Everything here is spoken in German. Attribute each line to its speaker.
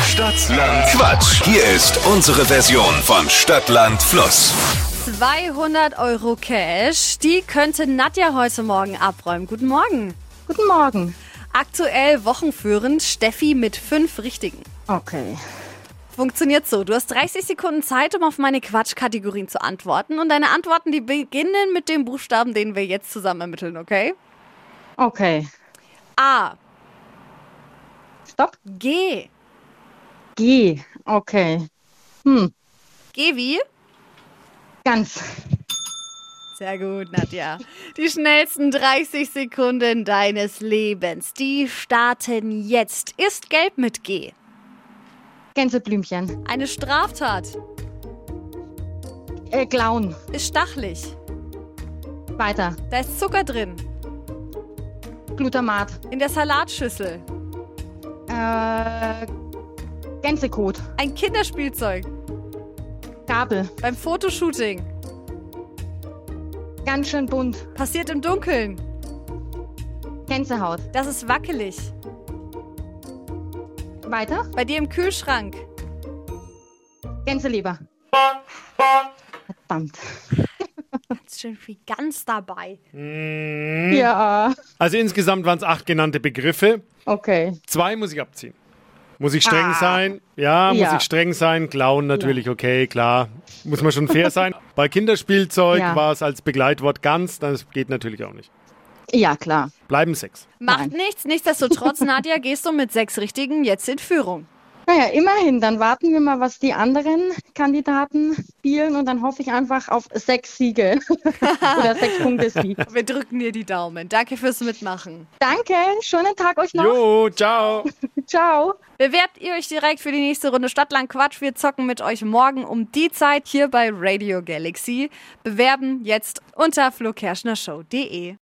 Speaker 1: Stadtland Quatsch. Hier ist unsere Version von Stadtland Fluss.
Speaker 2: 200 Euro Cash, die könnte Nadja heute Morgen abräumen. Guten Morgen.
Speaker 3: Guten Morgen.
Speaker 2: Aktuell wochenführend Steffi mit fünf Richtigen.
Speaker 3: Okay.
Speaker 2: Funktioniert so. Du hast 30 Sekunden Zeit, um auf meine Quatschkategorien zu antworten. Und deine Antworten, die beginnen mit dem Buchstaben, den wir jetzt zusammen ermitteln, okay?
Speaker 3: Okay.
Speaker 2: A.
Speaker 3: Stopp.
Speaker 2: G.
Speaker 3: G. Okay. Hm.
Speaker 2: G wie?
Speaker 3: Ganz.
Speaker 2: Sehr gut, Nadja. Die schnellsten 30 Sekunden deines Lebens, die starten jetzt. Ist gelb mit G.
Speaker 3: Gänseblümchen.
Speaker 2: Eine Straftat.
Speaker 3: Äh, Clown.
Speaker 2: Ist stachelig.
Speaker 3: Weiter.
Speaker 2: Da ist Zucker drin.
Speaker 3: Glutamat.
Speaker 2: In der Salatschüssel.
Speaker 3: Äh, Gänsekot.
Speaker 2: Ein Kinderspielzeug.
Speaker 3: Gabel.
Speaker 2: Beim Fotoshooting.
Speaker 3: Ganz schön bunt.
Speaker 2: Passiert im Dunkeln.
Speaker 3: Gänsehaut.
Speaker 2: Das ist wackelig.
Speaker 3: Weiter.
Speaker 2: Bei dir im Kühlschrank.
Speaker 3: Gänseleber. Verdammt.
Speaker 2: Ganz schön viel ganz dabei.
Speaker 3: Ja.
Speaker 4: Also insgesamt waren es acht genannte Begriffe.
Speaker 3: Okay.
Speaker 4: Zwei muss ich abziehen. Muss ich streng sein? Ja, muss
Speaker 3: Ah. Ja.
Speaker 4: ich streng sein? Clown natürlich, okay, klar. Muss man schon fair sein. Bei Kinderspielzeug
Speaker 3: Ja.
Speaker 4: war es als Begleitwort ganz, das geht natürlich auch nicht.
Speaker 3: Ja, klar.
Speaker 4: Bleiben sechs.
Speaker 2: Macht
Speaker 3: Nein.
Speaker 2: nichts. Nichtsdestotrotz, Nadja, gehst du mit sechs Richtigen jetzt in Führung.
Speaker 3: Naja, immerhin. Dann warten wir mal, was die anderen Kandidaten spielen und dann hoffe ich einfach auf sechs Siege oder sechs Punkte Sieg.
Speaker 2: Wir drücken dir die Daumen. Danke fürs Mitmachen.
Speaker 3: Danke. Schönen Tag euch noch.
Speaker 4: Jo, ciao.
Speaker 3: Ciao.
Speaker 2: Bewerbt ihr euch direkt für die nächste Runde Stadtland Quatsch. Wir zocken mit euch morgen um die Zeit hier bei Radio Galaxy. Bewerben jetzt unter flokerschnershow.de.